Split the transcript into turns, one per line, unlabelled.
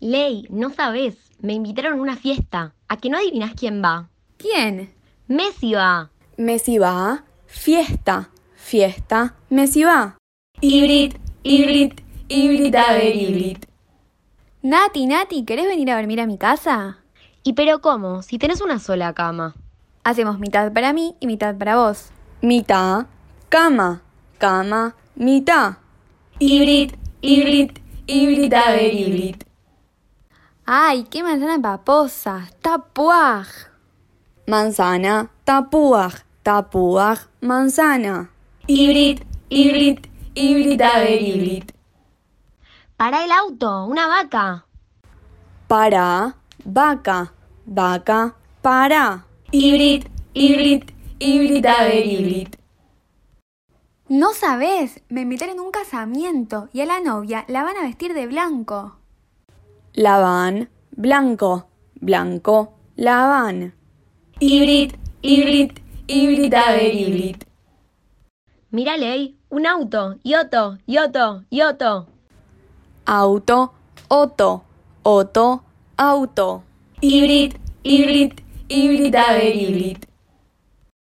Ley, no sabes, me invitaron a una fiesta. ¿A que no adivinas quién va?
¿Quién?
Messi va.
Messi va. Fiesta. Fiesta. Messi va.
Híbrid, híbrid, híbrid, a ver, híbrid.
Nati, Nati, ¿querés venir a dormir a mi casa?
¿Y pero cómo? Si tenés una sola cama.
Hacemos mitad para mí y mitad para vos.
mitad, cama, cama, mitad.
Híbrid, híbrid, híbrid, a ver, híbrid.
¡Ay, qué manzana paposa! ¡Tapuaj!
Manzana, tapuaj, tapuaj, manzana.
Híbrid, híbrid, híbrid, a ver, híbrid.
Para el auto, una vaca.
Para, vaca, vaca, para.
Híbrid, híbrid, híbrid, a ver, híbrid.
No sabés, me invitaron a un casamiento y a la novia la van a vestir de blanco.
Lavan, blanco, blanco, lavan.
Híbrid, híbrid, híbrid, a ver, híbrid.
Mira, Ley, un auto. Yoto, yoto, yoto.
Auto, oto, oto, auto.
Híbrid, híbrid, híbrid, a ver, híbrid.